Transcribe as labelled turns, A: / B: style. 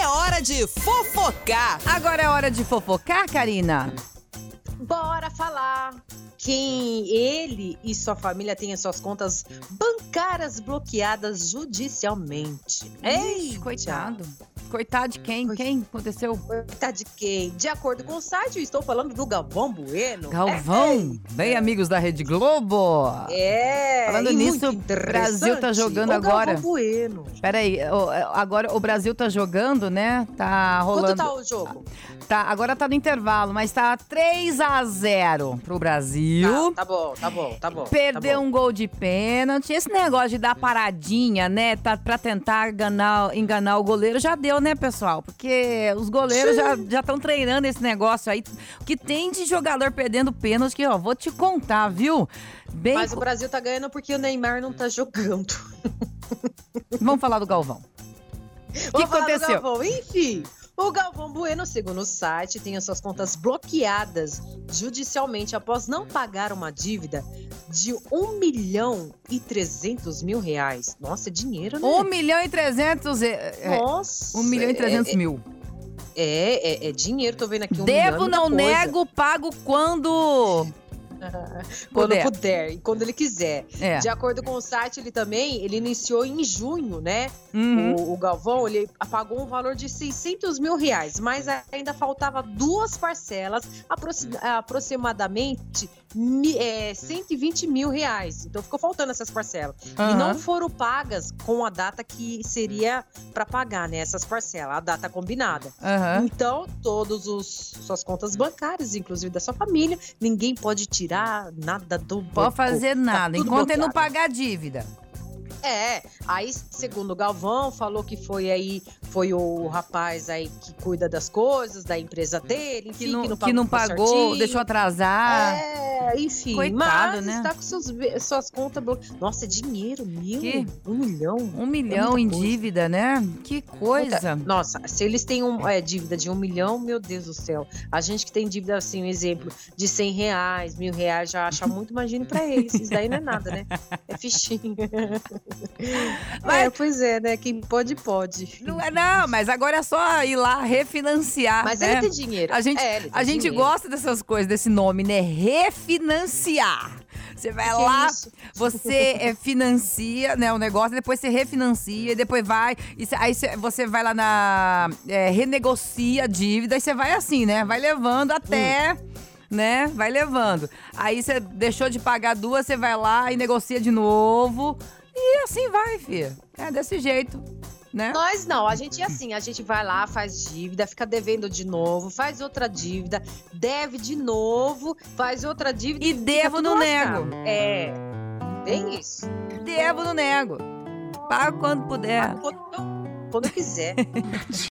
A: é
B: hora de fofocar.
A: Agora é hora de fofocar, Karina?
C: Bora falar quem ele e sua família têm as suas contas bancárias bloqueadas judicialmente.
A: Ixi, coitado. Coitado de quem?
C: Oi.
A: Quem aconteceu?
C: Tá de quem? De acordo com o site, eu estou falando do Galvão Bueno.
A: Galvão, bem amigos da Rede Globo.
C: É. é.
A: Falando
C: e
A: nisso,
C: muito
A: o Brasil tá
C: interessante,
A: jogando
C: o
A: agora.
C: Galvão Bueno.
A: Peraí, o- agora o Brasil tá jogando, né? Tá
C: Quanto
A: rolando.
C: tá o jogo?
A: Tá, agora tá no intervalo, mas tá 3 a 0 pro Brasil.
C: Tá, tá bom, tá bom, tá bom.
A: Perdeu
C: tá bom.
A: um gol de pênalti. Esse negócio de dar paradinha, né? Tá pra tentar enganar, enganar o goleiro já deu, né, pessoal? Porque os goleiros já estão treinando esse negócio aí. O que tem de jogador perdendo pênalti, que, ó, vou te contar, viu? Bem.
C: Mas o Brasil tá ganhando porque o Neymar não tá jogando.
A: Vamos falar do Galvão.
C: Vou
A: que
C: falar do
A: aconteceu?
C: Galvão. Enfim, o Galvão Bueno, segundo o site, tem as suas contas bloqueadas judicialmente após não pagar uma dívida de 1 milhão e 300 mil reais. Nossa, é dinheiro, né?
A: 1 milhão e 300. e- É,
C: Nossa.
A: 1 milhão e 300 mil.
C: É, é, é dinheiro, tô vendo aqui. Um
A: Devo,
C: milhão,
A: não
C: muita coisa.
A: nego, pago quando.
C: Quando
A: puder.
C: puder. e quando ele quiser.
A: É.
C: De acordo com o site, ele também, ele iniciou em junho, né?
A: Uhum.
C: O, o Galvão, ele pagou um valor de 600 mil reais, mas ainda faltava duas parcelas, aproxi-
A: Hum.
C: aproximadamente mi- é, 120 mil reais. Então ficou faltando essas parcelas. E
A: Aham.
C: não foram pagas com a data que seria para pagar, né? Essas parcelas, a data combinada.
A: Aham.
C: Então, todas suas contas bancárias, inclusive da sua família, ninguém pode tirar nada do banco.
A: Pode fazer nada,
C: Tá tudo
A: enquanto ele não
C: bloqueado.
A: pagar a dívida.
C: É, aí segundo o Galvão, falou que foi aí, foi o rapaz aí que cuida das coisas, da empresa dele, enfim,
A: Uhum. Que não,
C: pagou,
A: que não pagou,
C: certinho.
A: deixou atrasar.
C: É, enfim,
A: Coitado,
C: mas
A: né?
C: está com seus be- suas contas bloqueadas. Nossa, é dinheiro, mil,
A: Que?
C: um milhão.
A: Um milhão
C: muita
A: em
C: coisa. É,
A: dívida, né? Que coisa.
C: Nossa, se eles têm um, é, dívida de um milhão, meu Deus do céu. A gente que tem dívida, assim, um exemplo, de cem reais, mil reais, já acha muito, imagina pra eles. Isso daí não é nada, né? É fichinha.
A: Mas-
C: É, pois é, né? Quem pode, pode.
A: Não, é, não, mas agora é só ir lá refinanciar.
C: Mas
A: né?
C: ele tem dinheiro.
A: A gente-
C: É, ele tem
A: A gente
C: dinheiro.
A: gosta dessas coisas, desse nome, né? Refinanciar. Você vai
C: Que
A: lá,
C: isso?
A: você é, financia né, o negócio, depois você refinancia, e depois vai. e cê- aí cê- você vai lá na. é, renegocia a dívida, e você vai assim, né? Vai levando
C: Hum.
A: até. Né? Vai levando. Aí você deixou de pagar duas, você vai lá e negocia de novo. E assim vai, filha. É desse jeito, né?
C: Nós não, a gente é assim, a gente vai lá, faz dívida, fica devendo de novo, faz outra dívida, deve de novo, faz outra dívida
A: E
C: fica
A: devo,
C: tudo
A: não
C: lascado.
A: nego.
C: É, bem isso.
A: Devo, não nego. Pago quando puder.
C: Quando, quando eu quiser.